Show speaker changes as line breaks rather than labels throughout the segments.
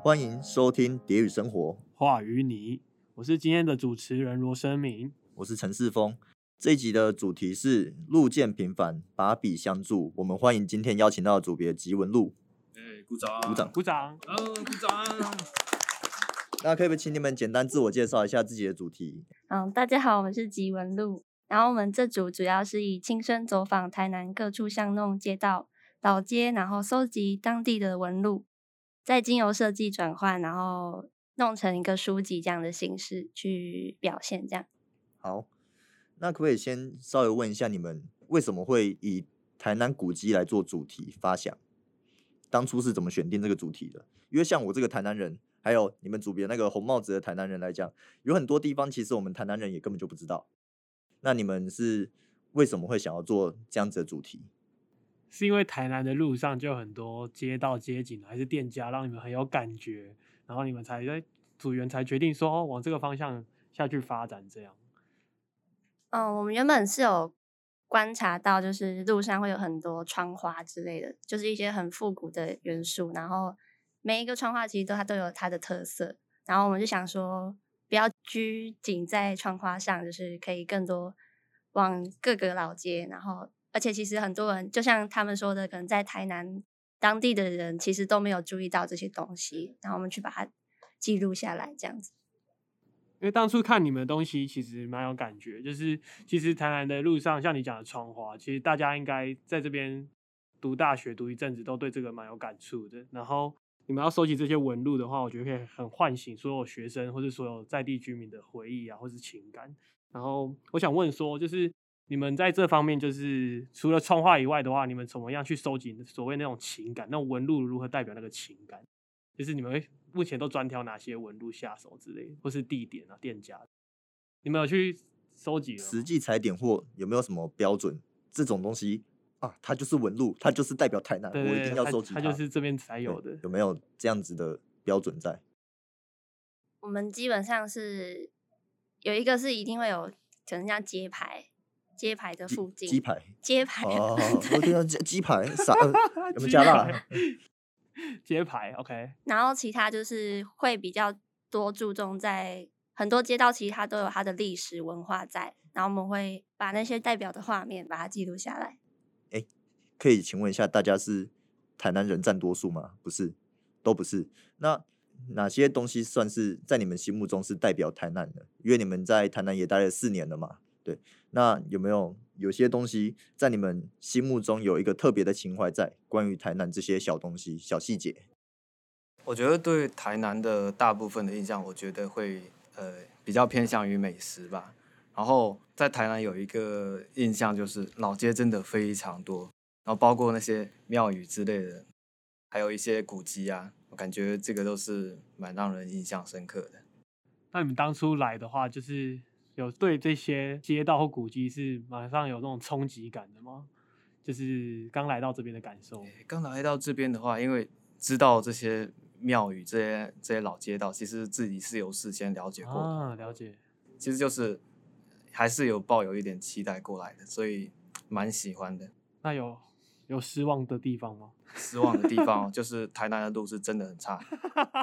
欢迎收听《蝶语生活》，
话与你，我是今天的主持人罗生明。
我是陈世峰。这一集的主题是“路见平凡，把笔相助”。我们欢迎今天邀请到的组别吉文路。
哎，鼓掌！
鼓掌！
鼓掌！
啊，鼓掌！
那可不可以请你们简单自我介绍一下自己的主题？
嗯，大家好，我们是吉文路。然后我们这组主要是以亲身走访台南各处巷弄、街道、老街，然后搜集当地的纹路，再经由设计转换，然后弄成一个书籍这样的形式去表现。这样，
好，那可不可以先稍微问一下你们为什么会以台南古迹来做主题发想？当初是怎么选定这个主题的？因为像我这个台南人，还有你们组别那个红帽子的台南人来讲，有很多地方其实我们台南人也根本就不知道。那你们是为什么会想要做这样子的主题？
是因为台南的路上就有很多街道街景还是店家，让你们很有感觉，然后你们才在组员才决定说哦，往这个方向下去发展这样。
嗯，我们原本是有观察到，就是路上会有很多窗花之类的，就是一些很复古的元素。然后每一个窗花其实都它都有它的特色。然后我们就想说，不要拘谨在窗花上，就是可以更多往各个老街。然后，而且其实很多人，就像他们说的，可能在台南当地的人其实都没有注意到这些东西。然后我们去把它记录下来，这样子。
因为当初看你们的东西，其实蛮有感觉。就是其实台南的路上，像你讲的窗花，其实大家应该在这边读大学读一阵子，都对这个蛮有感触的。然后你们要收集这些纹路的话，我觉得可以很唤醒所有学生或是所有在地居民的回忆啊，或是情感。然后我想问说，就是你们在这方面，就是除了窗画以外的话，你们怎么样去收集所谓那种情感？那纹路如何代表那个情感？就是你们会目前都专挑哪些纹路下手之类的，或是地点啊、店家？你们有去收集了吗
实际踩点或有没有什么标准？这种东西啊，它就是纹路，它就是代表台南，
对
我
对
一定
对
要
它
收集
它就是这边才
对
有 的。
有没有这样子的标准在？
我们基本上是有一个是一定会有，可能叫街牌，街牌的
鸡
附近，
鸡排
街牌，
哦，
对
我听到鸡鸡排啥？呃有没有加
街
辣
牌？街牌，OK，
然后其他就是会比较多注重在很多街道，其实它都有它的历史文化在，然后我们会把那些代表的画面把它记录下来。
可以请问一下，大家是台南人占多数吗？不是，都不是。那哪些东西算是在你们心目中是代表台南的？因为你们在台南也待了四年了嘛，对。那有没有有些东西在你们心目中有一个特别的情怀在？关于台南这些小东西、小细节，
我觉得对台南的大部分的印象，我觉得会呃比较偏向于美食吧。然后在台南有一个印象就是老街真的非常多，然后包括那些庙宇之类的，还有一些古迹啊，我感觉这个都是蛮让人印象深刻的。
那你们当初来的话，就是有对这些街道或古迹是马上有那种冲击感的吗？就是刚来到这边的感受。
刚来到这边的话，因为知道这些庙宇、这些这些老街道，其实自己是有事先了解过的。
啊，了解。
其实就是还是有抱有一点期待过来的，所以蛮喜欢的。
那有有失望的地方吗？
失望的地方哦就是台南的路是真的很差。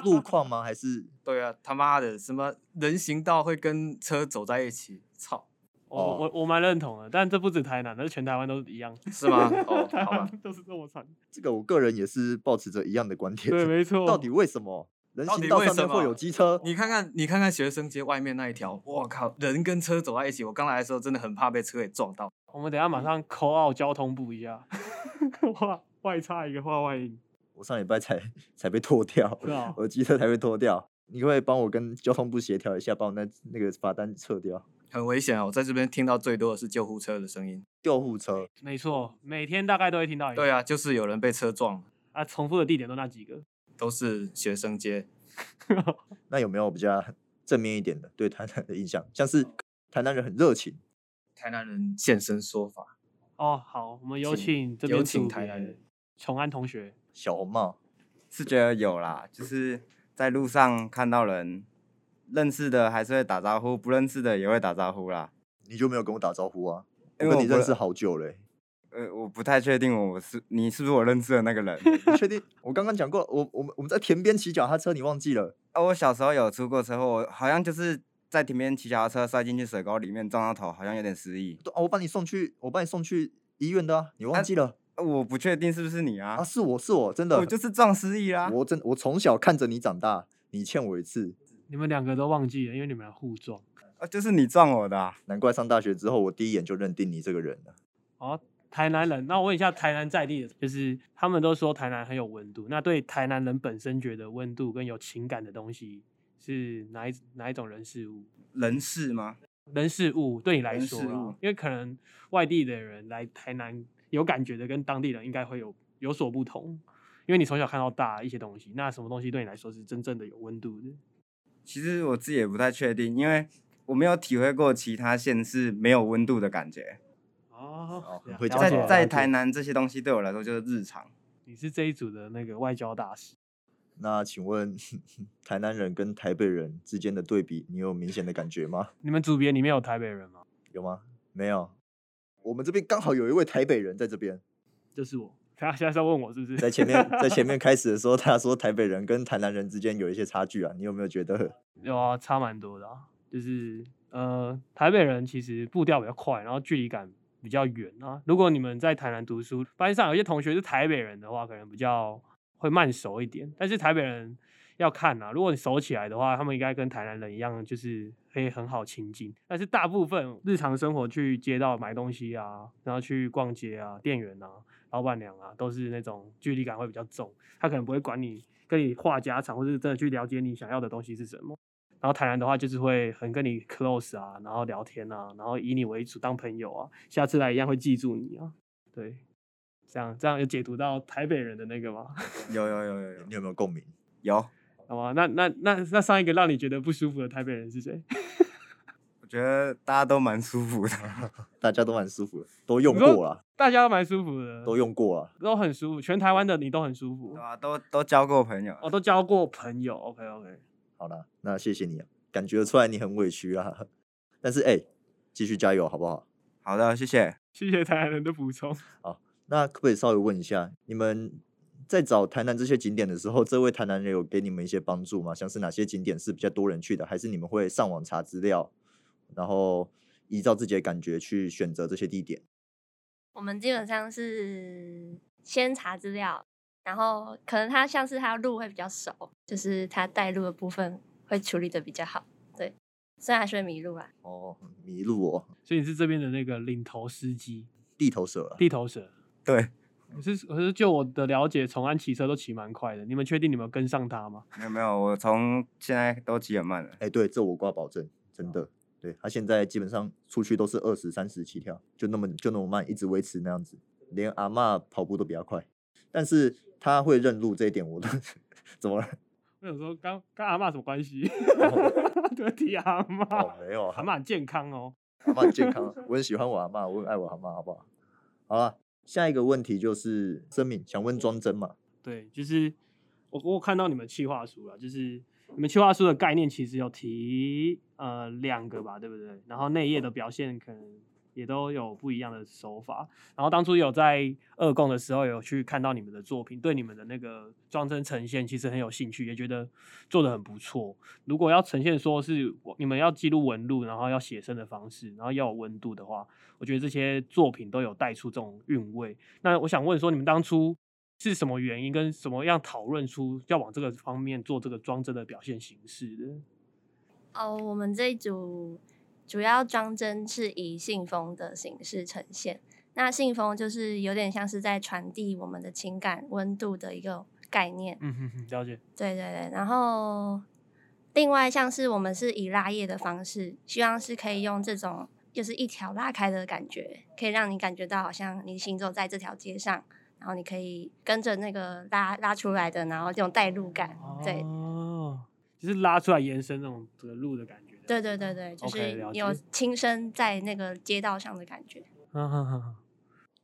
路况吗？还是
对啊，他妈的，什么人行道会跟车走在一起？操，
我我我蛮认同的，但这不止台南，那全台湾都一样。
是吗？哦，
台
好吧
湾，都是这么惨。
这个？我个人也是保持着一样的观点。
对，没错。
到底为什么人
到
行
底
道
为
上
什
面会有
么
机车？
你看看，你看看学生街外面那一条，我靠，人跟车走在一起，我刚来的时候真的很怕被车给撞到。
我们等一下马上扣奥交通部一 下，话外插一个话外音，
我上礼拜才才被拖掉，
是啊
我机车才被拖掉。你可不可以帮我跟交通部协调一下，把我那那个罚单撤掉？
很危险哦！我在这边听到最多的是救护车的声音。
救护车，
没错，每天大概都会听到一次。
对啊，就是有人被车撞了，
啊，重复的地点都那几个。
都是学生街。
那有没有比较正面一点的对台南的印象？像是台南人很热情，
台南人现身说法，
哦，好，我们有
请
请这
有
边
请
组
台南
别
人
琼安同学。
小红帽
是觉得有啦，就是在路上看到人，认识的还是会打招呼，不认识的也会打招呼啦。
你就没有跟我打招呼啊？我
因为
跟
我
你
不
认
认
识好久嘞、
呃，我不太确定我是你是不是我认识的那个人
你确定？我刚刚讲过了，我我们我们在田边骑脚踏车，你忘记了？
啊。我小时候有出过车祸，我好像就是在田边骑脚踏车摔进去水沟里面，撞到头，好像有点失忆。
对啊，我把你送去，我把你送去医院的、啊，你忘记了？
呃我不确定是不是你啊
啊，，是我是我，真的，
我哦就是啊撞失忆啦。
我真我从小看着你长大，你欠我一次。
你们两个都忘记了，因为你们互撞。
啊就是你撞我的、啊，
难怪上大学之后，我第一眼就认定你这个人了。
哦，台南人，那我问一下台南在地的，就是他们都说台南很有温度，那对台南人本身觉得温度跟有情感的东西是哪一哪一种人事物？
人事吗？
人事物对你来
人
说
事
啦
物，
因为可能外地的人来台南有感觉的，跟当地人应该会有有所不同，因为你从小看到大一些东西，那什么东西对你来说是真正的有温度的？
其实我自己也不太确定，因为我没有体会过其他县市没有温度的感觉。
哦
哦，很
了
会
了
讲
解
在
话
了
在
解
台南这些东西对我来说就是 日常。
你是这一组的那个外交大使。
那请问 台南人跟台北人之间的对比，你有明显的感觉吗？
你们组别里面有台北人吗？
有吗？没有。我们这边刚好有一位台北人在这边，
就是我，他现在是要问我是不是？
在前面在前面开始的时候，他说台北人跟台南人之间有一些差距啊，你有没有觉得？
有啊，差蛮多的、啊，就是呃，台北人其实步调比较快，然后距离感比较远啊。如果你们在台南读书，班上有些同学是台北人的话，可能比较会慢熟一点。但是台北人要看啊，如果你熟起来的话，他们应该跟台南人一样，就是可以很好亲近。但是大部分日常生活去街道买东西啊，然后去逛街啊，店员啊，老板娘啊，都是那种距离感会比较重，他可能不会管你。跟你话家常，或是真的去了解你想要的东西是什么。然后台南的话就是会很跟你 close 啊，然后聊天啊，然后以你为主当朋友啊，下次来一样会记住你啊。对，这样这样有解读到台北人的那个吗？
有有有有有
你有没有共鸣？
有，
好吗？那那那那上一个让你觉得不舒服的台北人是谁？
我觉得大家都蛮舒服的。
大家都蛮舒服的，都用
你说
过了，
大家都蛮舒服的，
都用过啊了。
都很舒服，全台湾的你都很舒服
对。啊，都都交过朋友。
我、都交过朋友，OK OK。
好啦，那谢谢你、啊，感觉出来你很委屈啦。 但是哎、继续加油好不好？
好的，谢谢。
谢谢台南人的补充。
那可不可以稍微问一下，你们在找台南这些景点的时候，这位台南人有给你们一些帮助吗？像是哪些景点是比较多人去的，还是你们会上网查资料，然后依照自己的感觉去选择这些地点？
我们基本上是先查资料，然后可能他像是他路会比较熟，就是他带路的部分会处理的比较好。对，虽然还是会迷路啦，
哦，迷路哦，
所以你是这边的那个领头司机，
地头蛇啊。
地头蛇。
对，
可是可是就我的了解，从安骑车都骑蛮快的，你们确定你们有跟上他吗？
没有没有，我从现在都骑很慢了。
哎，对，这我挂保证，真
哦
的。对他现在基本上出去都是二十三十起跳，就那么就那么慢，一直维持那样子，连阿嬷跑步都比他快。但是他会认路这一点，我都 怎么了？
我想说，刚跟阿嬷什么关系？
哦
对，提阿嬷，
哦，没有啊，
阿嬷很健康哦。
阿妈很健康啊，我很喜欢我阿妈，我很爱我阿妈，好不好？好了，下一个问题就是生命，想问庄真嘛？
对，就是我我看到你们企划书了，就是你们企划书的概念其实有提呃两个吧，对不对？然后内页的表现可能也都有不一样的手法。然后当初有在二供的时候有去看到你们的作品，对你们的那个装帧呈现其实很有兴趣，也觉得做的很不错。如果要呈现说是我你们要记录纹路，然后要写生的方式，然后要有温度的话，我觉得这些作品都有带出这种韵味。那我想问说，你们当初是什么原因跟什么样讨论出要往这个方面做这个装帧的表现形式的？
哦，我们这一组主要装帧是以信封的形式呈现。那信封就是有点像是在传递我们的情感温度的一个概念。
嗯哼哼，了解。
对对对，然后另外像是我们是以拉页的方式，希望是可以用这种就是一条拉开的感觉，可以让你感觉到好像你行走在这条街上，然后你可以跟着那个拉拉出来的，然后这种带路感，对。
哦，就是拉出来延伸那种这个路的感觉。
对对对对，就
OK，
是
了
你有
解
亲身在那个街道上的感觉。
嗯哼哼哼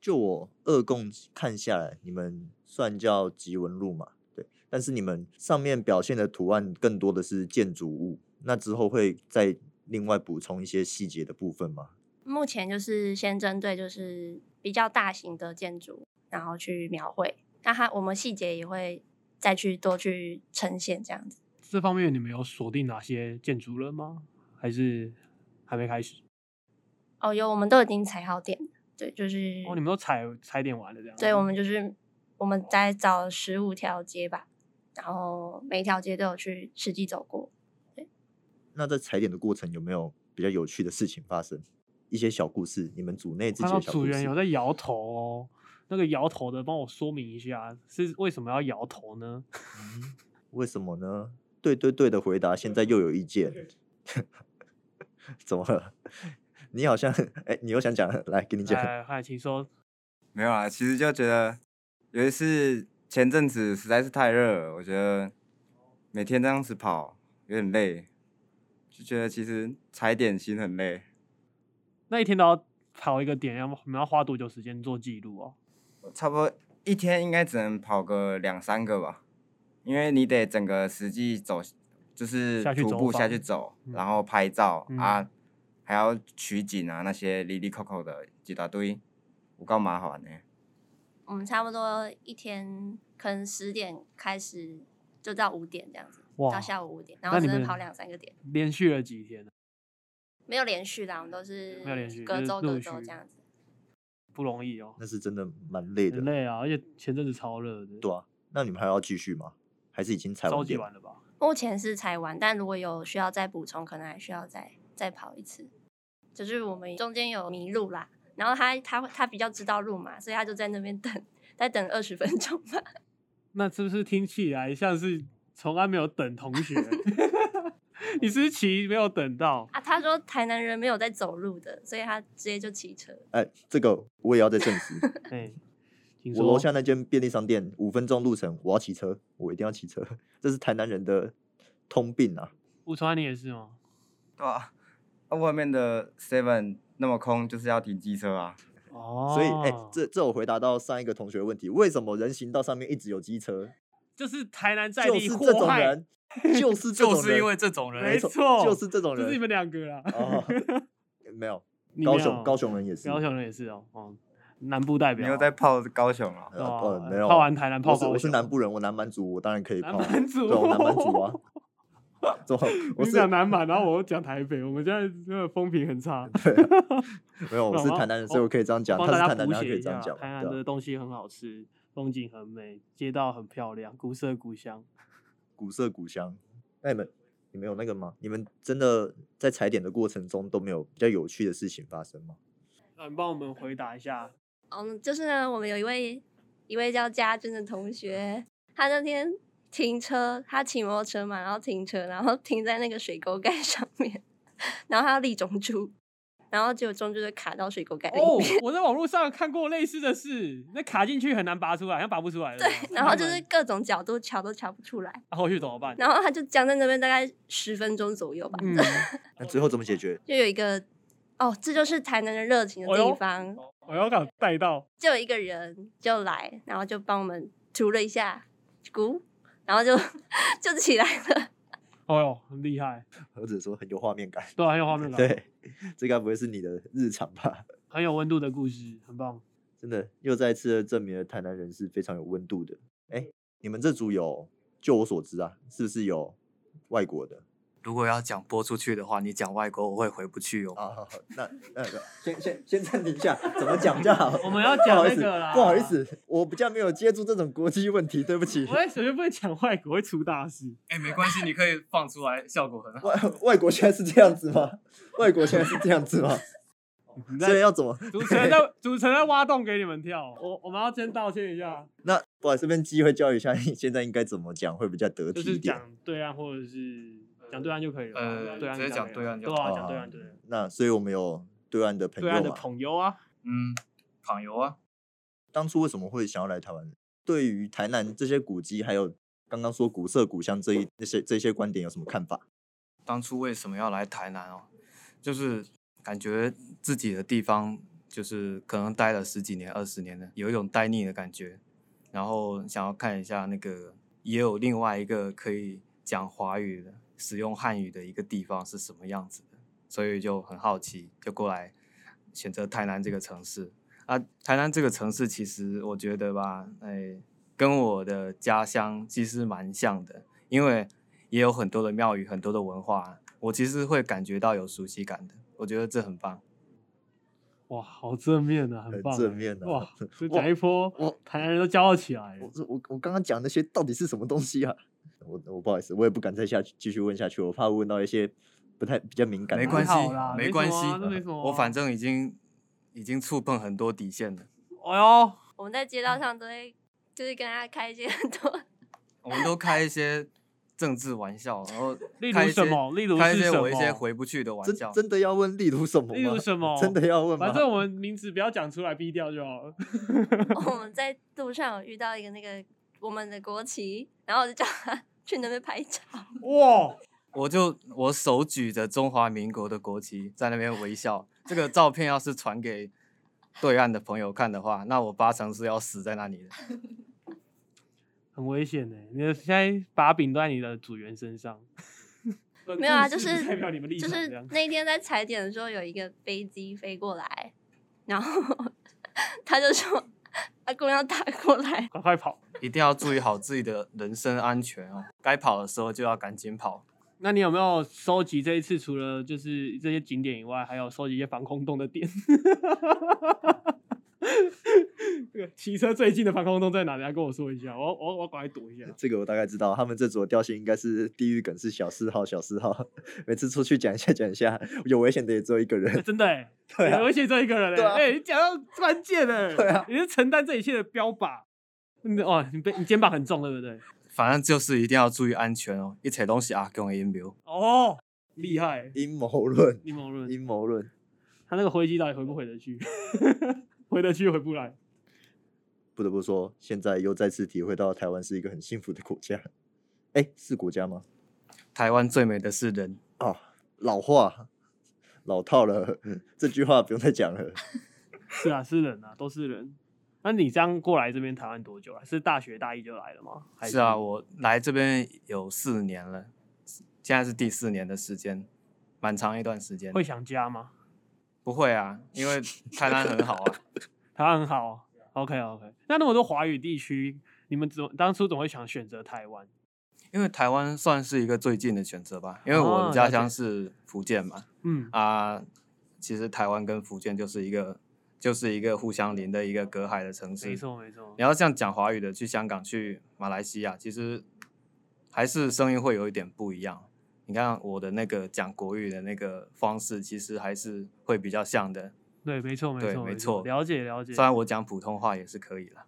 就我二供看下来，你们算叫吉文路嘛？对，但是你们上面表现的图案更多的是建筑物，那之后会再另外补充一些细节的部分吗？
目前就是先针对就是比较大型的建筑，然后去描绘。那它我们细节也会再去多去呈现这样子。
这方面你们有锁定哪些建筑了吗？还是还没开始？
哦，有我们都已经踩好点了，对，就是
哦，你们都踩踩点完了这样？
嗯对，我们就是我们在找十五条街吧，然后每一条街都有去实际走过。
那在踩点的过程有没有比较有趣的事情发生？一些小故事，你们组内自
看
己
到
的小
组
故
员有
事。
在摇头哦，那个摇头的帮我说明一下，是为什么要摇头 呢？
为什么呢？对对对的回答，现在又有意见。 怎么了？你好像哎、你又想讲了，来给你讲。
哎，嗨，请说。
没有啊，其实就觉得有一次前阵子实在是太热了，我觉得每天这样子跑有点累，就觉得其实踩点心很累。
那一天都要跑一个点，要我们要花多久时间做记录哦？
差不多一天应该只能跑个两三个吧，因为你得整个实际走，就是
下去
徒
走
步下
访
去走，
嗯
然后拍照、
嗯
啊，还要取景啊那些里里扣扣的一大堆，有够麻烦呢、
我们差不多一天可能十点开始，就到五点这样子，
哇
到下午五点，然
那
后
你
只能
们
跑两三个点，
连续了几天呢？
没有连续的，我们都是
没有连续
隔
就是
周
陆
隔周
续
这样子。
不容易哦，
那是真的蛮累的
很。累啊，而且前阵子超热的，
对啊，那你们还要继续吗？还是已经踩
着
完
急
点？
完了吧？
目前是才完，但如果有需要再补充，可能还需要再再跑一次。就是我们中间有迷路啦，然后他他他比较知道路嘛，所以他就在那边等，再等二十分钟吧。
那是不是听起来像是从来没有等同 学？ 你是不是骑没有等到？
啊，他说台南人没有在走路的，所以他直接就骑车。
哎、这个我也要再证 实。
哎，请
我
说。
楼下那间便利商店五分钟路程，我要骑车，我一定要骑车， 这是台南人的通病啊。
吴川你也是吗？
对啊，啊外面的 Seven 那么空，就是要停机车啊。
哦，
所以，哎、这这我回答到上一个同学的问题，为什么人行道上面一直有机车？
就是台南在
就
地
是
祸
这种
害，
人，就是这种
就
人，
是因为这种
没
没
人，
错，
错
就是这种
这是你
人。
们两个啦。
哦，没有，
你
高
没有
雄高雄人也是，
高雄人也是哦，哦，南部代
你
表。
又在泡高雄啊？
呃呃没有，
哦泡完台南泡
我是
高
我是
雄
南部人，我南蛮族，我当然可以
南
泡啊。
蛮族
对，我南蛮族 啊。怎么？我
你
是
讲南满，然后我又讲台北，我们现在这个风评很差。
没有，我
懂
是
吗
台南人，所以我可以这样讲。
哦帮
他是
大
台
家
南
补
人，他可
写
以
一
这样
下，
讲嘛。
台南
对啊
的东西很好吃，风景很美，街道很漂亮，古色古香。
古色古香。那你们你们有那个吗？你们真的在踩点的过程中都没有比较有趣的事情发生吗？
那你帮我们回答一 下，
嗯，就是呢，我们有一位一位叫家珍的同学，他那天停车，他骑摩托车嘛，然后停车，然后停在那个水沟盖上面，然后他要立中柱，然后结果中柱就卡到水沟盖里
哦
面，，
我在网络上看过类似的事，那卡进去很难拔出来，好像拔不出来。对吧，
然后就是
那
各种角度瞧都瞧不出来，
后续怎么办？
然后他就僵在那边大概十分钟左右吧，
嗯，
那最后怎么解决？
就有一个。哦，这就是台南人热情的
哎呦
地方，
我要敢带到，
就有一个人就来，然后就帮我们涂了一下鼓，然后就 就起来了。
哦哟，很厉害，
或者说很有画面感？
对啊，很有画面感，，
对，这该不会是你的日常吧？
很有温度的故事，很 棒。
真的，又再次的证明了台南人是非常有温度的。哎，你们这组有，就我所知啊，是不是有外国的
如果要讲播出去的话，你讲外国我会回不去哦。
啊？好好那那那先先先暂停一下，怎么讲比较好？
我们要
不
讲
好意
那
思
个啦，
不好意，思，我比较没有接触这种国际问题，对不起。
我在首先不能讲外国会出大事。
哎、没关系，你可以放出来，效果很好。
外外国现在是这样子吗？外国现在是这样子吗？
你
所以
在
要怎么？
主持人在主持人在挖洞给你们跳，哦我我们要先道歉一下，
那不好意思，这边机会教育一下，你现在应该怎么讲会比较得
就
体
是
一点？
讲对岸或者是讲对岸就可以了吧，
呃
对岸
直接
讲
讲对岸就
对啊，
好
讲对
啊
岸对岸
那所以我们有对岸的朋
对岸的
友嘛？
朋友啊，
嗯，躺油啊，
当初为什么会想要来台湾？对于台南这些古迹，还有刚刚说古色古香这一那些这些观点有什么看法？
当初为什么要来台南哦？就是感觉自己的地方，就是可能待了十几年、二十年了，有一种待腻的感觉。然后想要看一下那个，也有另外一个可以讲华语的、使用汉语的一个地方是什么样子的，所以就很好奇，就过来选择台南这个城市啊。台南这个城市其实我觉得吧，哎，跟我的家乡其实蛮像的，因为也有很多的庙宇，很多的文化，我其实会感觉到有熟悉感的。我觉得这很棒。
哇，好正面啊，
很
棒、
正面啊
哇，就
哇
讲一波
我，
台南人都骄傲起来了
我。这我我刚刚讲那些到底是什么东西啊？我我不好意思，我也不敢再下去继续问下去，我怕问到一些不太比较敏感的
没
东
关
西。
系
好啦，没
没关
什
系
么啊这没什么啊
我反正已经已经触碰很多底线了，
哎呦，
我们在街道上都会就是跟他开一些很 多，
我们都开一些政治玩笑，然后
例
开
如
一
什
些
么？ 例如
开一
是
些
什么？
我一些回不去的玩笑
真。真的要问例如什么吗？
例如什么？
真的要问吗？
反正我们名字不要讲出来，逼掉就好了。
我们在路上有遇到一个那个我们的国旗，然后我就叫他 去那边拍照。
哇，
我就我手举着中华民国的国旗在那边微笑，这个照片要是传给对岸的朋友看的话，那我八成是要死在那里的。
很危险呢！欸你的现在把柄都在你的组员身上。
没有啊
本故事
就是
不代表你们立
就
场
是
这样。
那一天在踩点的时候，有一个飞机飞过来，然后 他就说阿公要打过来，
赶快跑！
一定要注意好自己的人身安全哦，该跑的时候就要赶紧跑。
那你有没有收集这一次除了就是这些景点以外，还有收集一些防空洞的点？ 这个骑车最近的防空洞在哪里？来跟我说一下，我我我赶快躲一下。
这个我大概知道，他们这组的调性应该是地狱梗是小四号，小四号，每次出去讲一下讲一下，有危险的也只有一个
欸
人。
真的哎、
对啊
而且这一个人
对
哎、
啊
欸，你讲到关键了，
对啊
你是承担这一切的标靶。你哦，你被你肩膀很重，对不对？
反正就是一定要注意安全哦，一切东西啊，跟我音标。
哦，厉害！
阴谋论，
阴谋论，
阴谋论，
他那个回击到底回不回得去？ 回得去回不来。
不得不说，现在又再次体会到台湾是一个很幸福的国家。哎，是国家吗？
台湾最美的是人，
哦，老话，老套了，这句话不用再讲了。
是啊，是人啊，都是人。那你这样过来这边台湾多久了？是大学大一就来了吗？还
是啊，我来这边有四年了，现在是第四年的时间，蛮长一段时间。
会想家吗？
不会啊？因为台南很好啊。
台湾很好。OK OK，那那么多华语地区，你们怎么当初怎么会想选择台湾？
因为台湾算是一个最近的选择吧，因为
哦
我
了
的家
解
乡是福建嘛，
嗯，
啊，其实台湾跟福建就是一个就是一个互相邻的一个隔海的城市。
没。错没错
你。要这样讲华语的，去香港、去马来西亚，其实还是声音会有一点不一样。你看我的那个讲国语的那个方式，其实还是会比较像的。
对，没错没
对
错
没
错，
错
了解了解。
虽然我讲普通话也是可以了。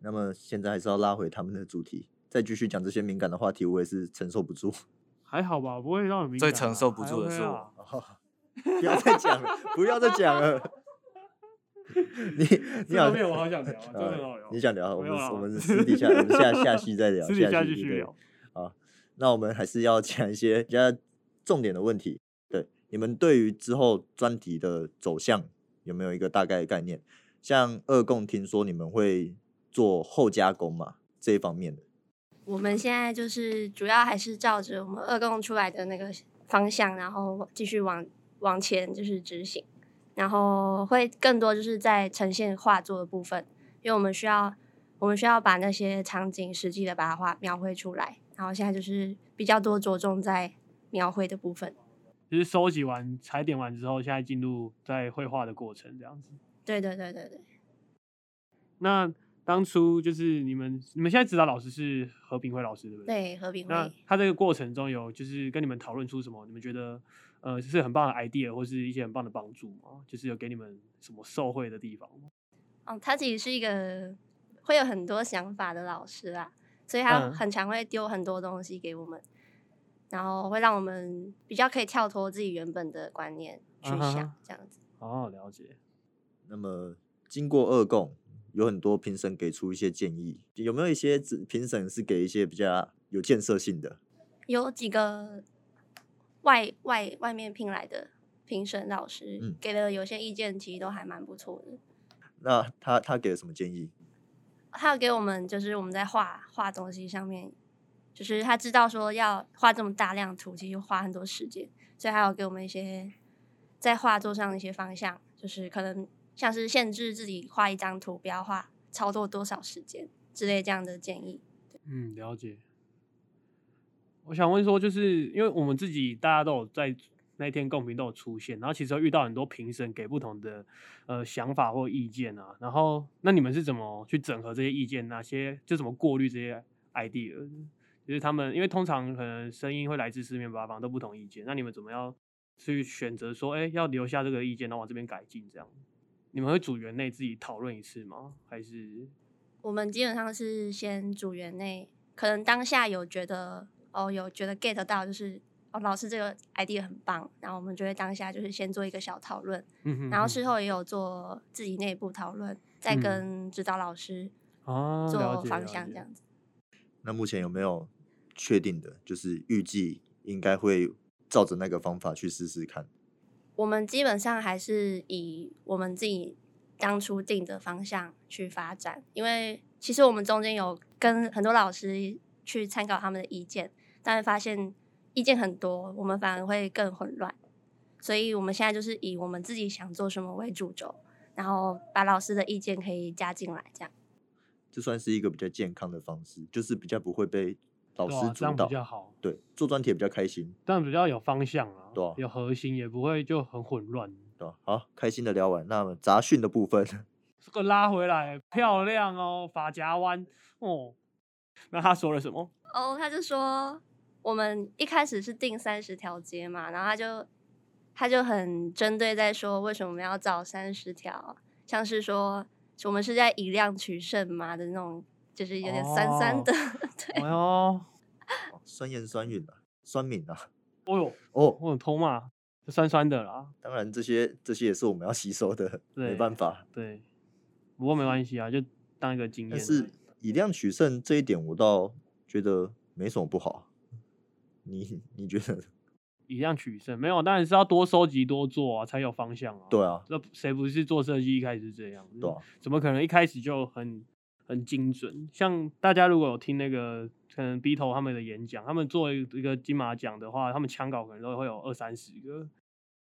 那么现在还是要拉回他们的主题，再继续讲这些敏感的话题，我也是承受不住。
还好吧，不会让你敏
最
感
承
啊
受不
还
住的
OK
是我
啊
不要再讲了，不要再讲了。 你你
这
好
方，面我好想聊啊，真的
呃
很好聊。
你想聊，我
没
们
有啦
我 们私底下，我们下下期再聊，
私底下继
期
续
对
聊。
那我们还是要讲一些比较重点的问题。对，你们对于之后专题的走向有没有一个大概的概念？像二供，听说你们会做后加工嘛这一方面的，
我们现在就是主要还是照着我们二供出来的那个方向，然后继续往往前就是执行，然后会更多就是在呈现画作的部分，因为我们需要我们需要把那些场景实际的把它画描绘出来，然后现在就是比较多着重在描绘的部分。
就是收集完、踩点完之后，现在进入在绘画的过程这样子。
对对对对对，
那当初就是你们，你们现在指导老师是何炳辉老师，对不对？。
对和平
那
会。
他这个过程中有就是跟你们讨论出什么？你们觉得呃是很棒的 idea 或是一些很棒的帮助吗？就是有给你们什么受惠的地方吗？
哦，他其实是一个会有很多想法的老师啦，所以他
嗯
很常会丢很多东西给我们，然后会让我们比较可以跳脱自己原本的观念去
啊哈
想，
哈
这样子。
哦，了解。
那么经过二供，有很多评审给出一些建议，有没有一些指评审是给一些比较有建设性的？
有几个外外外面聘来的评审老师、
嗯
给的有些意见，其实都还蛮不错的。
那他他给了什么建议？
他有给我们就是我们在画画东西上面，就是他知道说要画这么大量图，其实花很多时间，所以还有给我们一些在画作上的一些方向，就是可能像是限制自己画一张图，不要画超过多少时间之类这样的建议。
嗯，了解。我想问说，就是因为我们自己大家都有在那天共评都有出现，然后其实会遇到很多评审给不同的呃想法或意见啊，然后那你们是怎么去整合这些意见？哪些就怎么过滤这些 idea？的就是他们因为通常可能声音会来自四面八方，都不同意见，那你们怎么样去选择说，哎、要留下这个意见，然后往这边改进这样？你们会组员内自己讨论一次吗？还是
我们基本上是先组员内，可能当下有觉得哦，有觉得 get 到，就是哦，老师这个 idea 很棒，然后我们就会当下就是先做一个小讨论，
嗯哼
然后
哼
事后也有做自己内部讨论，再
嗯
跟指导老师
哦，了
做
解了
方向
解
这样子。
那目前有没有确定的，就是预计应该会照着那个方法去试试看？
我们基本上还是以我们自己当初定的方向去发展，因为其实我们中间有跟很多老师去参考他们的意见，但是发现意见很多，我们反而会更混乱，所以我们现在就是以我们自己想做什么为主轴，然后把老师的意见可以加进来，这样。
这算是一个比较健康的方式，就是比较不会被老
对
师
啊这
主
样
导
比。较好，
对，做专题也比较开心，
这样比较有方向啊，
对啊
有核心，也不会就很混乱。
对吧？好，开心的聊完，那么杂讯的部分，
这个拉回来漂亮哦，法夹弯哦。那他说了什么？
哦他就说我们一开始是定三十条街嘛，然后他就他就很针对在说为什么要找三十条，像是说我们是在以量取胜嘛的那种，就是有点酸
哦
酸的。 对，
哎呦，
哦酸言酸语啊，酸敏啊，
哎呦，
哦，
我很偷骂，就酸酸的啦。
当然这些这些也是我们要吸收的，没
对
办法。
对，不过没关系啊，就当一个经验啊
但
而已。
是以量取胜这一点，我倒觉得没什么不好。你你觉得？
以量取胜，没有，当然是要多收集、多做啊，才有方向啊。
对啊，
那谁不是做设计一开始是这样？嗯
对啊，
怎么可能一开始就很很精准？像大家如果有听那个可能 B 头他们的演讲，他们做一个金马奖的话，他们枪稿可能都会有二三十个，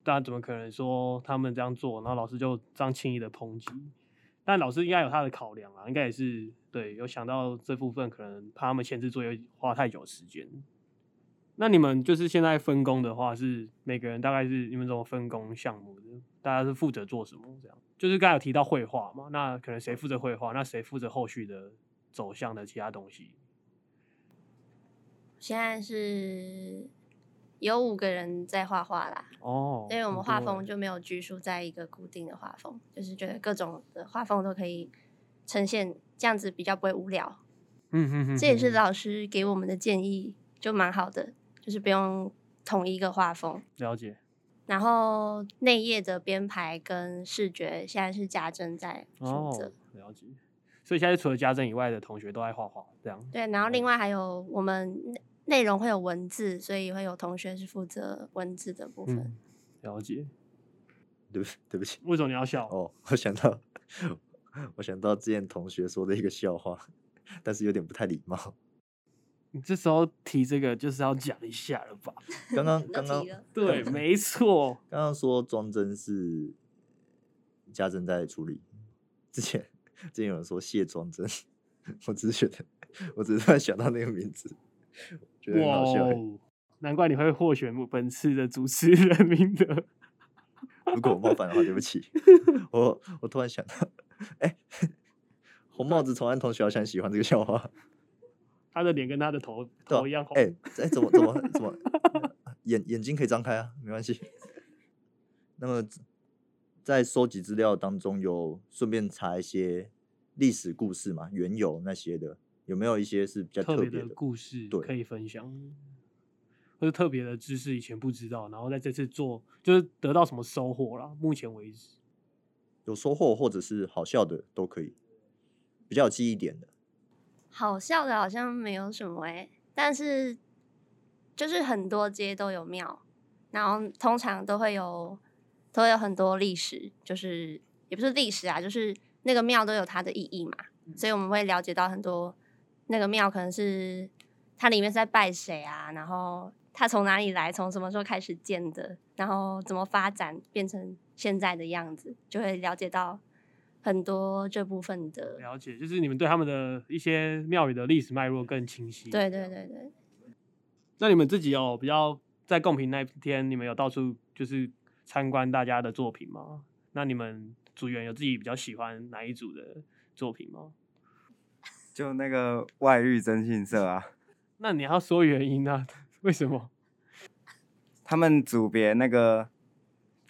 大家怎么可能说他们这样做，然后老师就这样轻易的抨击？但老师应该有他的考量啊，应该也是对有想到这部分，可能怕他们前置作业花太久时间。那你们就是现在分工的话，是每个人大概是你们怎么分工项目的？大家是负责做什么？这样就是刚才有提到绘画嘛，那可能谁负责绘画，那谁负责后续的走向的其他东西？
现在是有五个人在画画啦，
哦，
因为我们
很
画
多
风
欸
就没有拘束在一个固定的画风，就是觉得各种的画风都可以呈现，这样子比较不会无聊。
嗯哼哼，
这也
哼
是
哼
老师给我们的建议，就蛮好的，就是不用统一一个画风。
了解
然后内页的编排跟视觉现在是家珍在负责，
哦，了解。所以现在除了家政以外的同学都爱画画，这样
对。然后另外还有我们内内容会有文字，所以会有同学是负责文字的部分。
嗯，了解。
对不起，对不起。
为什么你要笑？
哦，我想到， 我想到之前同学说的一个笑话，但是有点不太礼貌。
你这时候提这个就是要讲一下了吧？
刚 刚
都
刚刚
提
刚
了
对， 没错。
刚说装帧是家政在处理，之前之前有人说谢装帧， 我只是觉得，我只是突然想到那个名字，觉得很好笑欸。
哦，难怪你会获选本次的主持人名额。
欸如果我冒犯的话，对不起。我我突然想到，哎、 红帽子从安同学好像很喜欢这个笑话。
他的脸跟他的头
对
头一样
啊
红。
哎、这怎么怎么怎么眼眼睛可以张开啊，没关系。那么在收集资料当中，有顺便查一些历史故事嘛、缘由那些的，有没有一些是比较
特
特
别
别
的
的？
故事
对
可以分享，或者特别的知识以前不知道，然后在这次做就是得到什么收获啦。目前为止，
有收获或者是好笑的都可以，比较有记忆点的。
好笑的好像没有什么哎、但是就是很多街都有庙，然后通常都会有都会有很多历史，就是也不是历史啊，就是那个庙都有它的意义嘛，所以我们会了解到很多那个庙可能是它里面是在拜谁啊，然后它从哪里来，从什么时候开始建的，然后怎么发展变成现在的样子，就会了解到很多这部分的。
了解，就是你们对他们的一些庙宇的历史脉络更清晰。
对对对对。
那你们自己有比较在贡品那天，你们有到处就是参观大家的作品吗？那你们组员有自己比较喜欢哪一组的作品吗？
就那个外遇征信社啊，
那你要说原因啊？为什么？
他们组别那个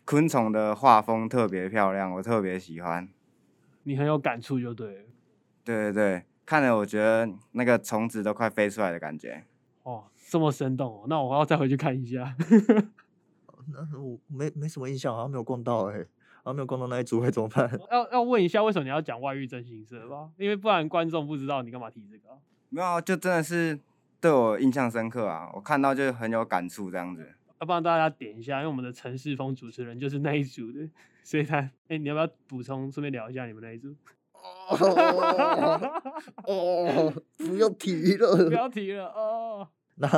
昆虫的画风特别漂亮，我特别喜欢。
你很有感触就对了。
对对对，看了我觉得那个虫子都快飞出来的感觉。
哦，这么生动哦，那我要再回去看一下。
那我没没什么印象，好像没有逛到哎、好像没有逛到那一组，会哎怎么办？
要要问一下，为什么你要讲外遇真心社吧？因为不然观众不知道你干嘛提这个啊、
没有啊，就真的是对我印象深刻啊，我看到就很有感触这样子。
要帮大家点一下，因为我们的陈世峰主持人就是那一组的，所以他，哎、你要不要补充，顺便聊一下你们那一组？
哦，不要提
不
了。
要提了哦，
那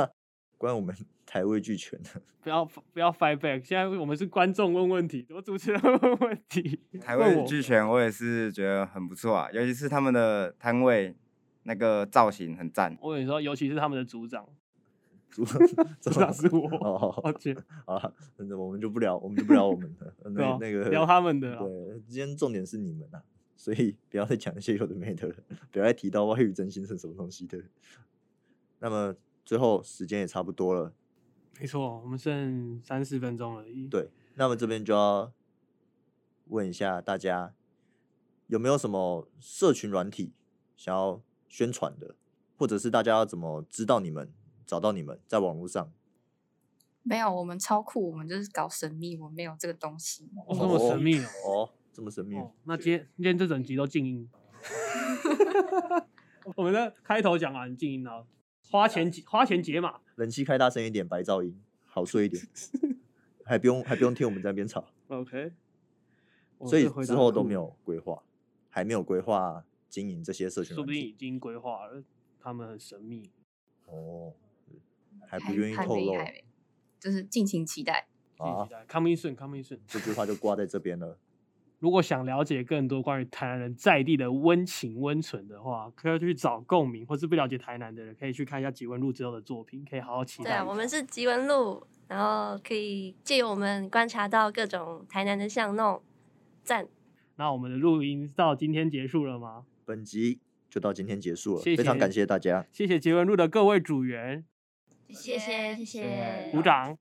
关于我们台位俱全的，
不要不要 fight back，现在我们是观众问问题，我主持人问问题，
台
问
位
我
巨泉我也是觉得很不错啊，尤其是他们的摊位那个造型很赞。
我跟你说，尤其是他们的组长，
组
组
组
长是我，
哦，好
抱歉，
好了，那我们就不聊，我们就不聊我们的
对
那
啊
那个
聊他们的啦
对，呃今天重点是你们啊，所以不要再讲一些有的没的了，不要再提到外遇真心是什么东西的。那么最后时间也差不多了，
没错，我们剩三四分钟而已。
对，那么这边就要问一下大家，有没有什么社群软体想要宣传的，或者是大家要怎么知道你们、找到你们，在网络上？
没有，我们超酷，我们就是搞神秘，我们没有这个东西。
哦，这么神秘哦。
哦，这么神秘，
哦，那今天今天这整集都静音。 我们的开头讲完静音了，花钱解花钱解码。
冷气开大声一点，白噪音好睡一 点，还不用还不用听我们在那边吵，
OK，
所以之后都没，有规划，还没有规划经营这些社群
说
软
不定
体
已经规划了，他们很神秘。
哦，还
还
不愿意
还
透
没
露
还没就是敬请期待。
敬请
啊
期，待，coming soon，coming soon。
这句话就挂在这边了。
如果想了解更多关于台南人在地的温情温存的话，可以去找共鸣，或是不了解台南的人，可以去看一下吉文路之后的作品，可以好好期待
对
一下。
啊，我们是吉文路，然后可以借由我们观察到各种台南的巷弄，赞。
那我们的录音到今天结束了吗？
本集就到今天结束了，
谢
非常
谢
感谢大家。
谢谢吉文路的各位组员、
啊
谢谢谢谢
啊鼓掌。